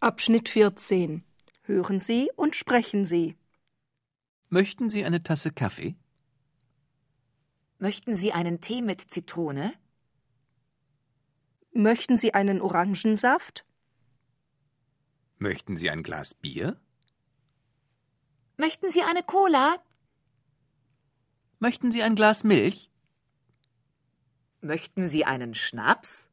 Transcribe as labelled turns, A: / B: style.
A: Abschnitt 14. Hören Sie und sprechen Sie.
B: Möchten Sie eine Tasse Kaffee?
C: Möchten Sie einen Tee mit Zitrone?
A: Möchten Sie einen Orangensaft?
B: Möchten Sie ein Glas Bier?
C: Möchten Sie eine Cola?
B: Möchten Sie ein Glas Milch?
C: Möchten Sie einen Schnaps?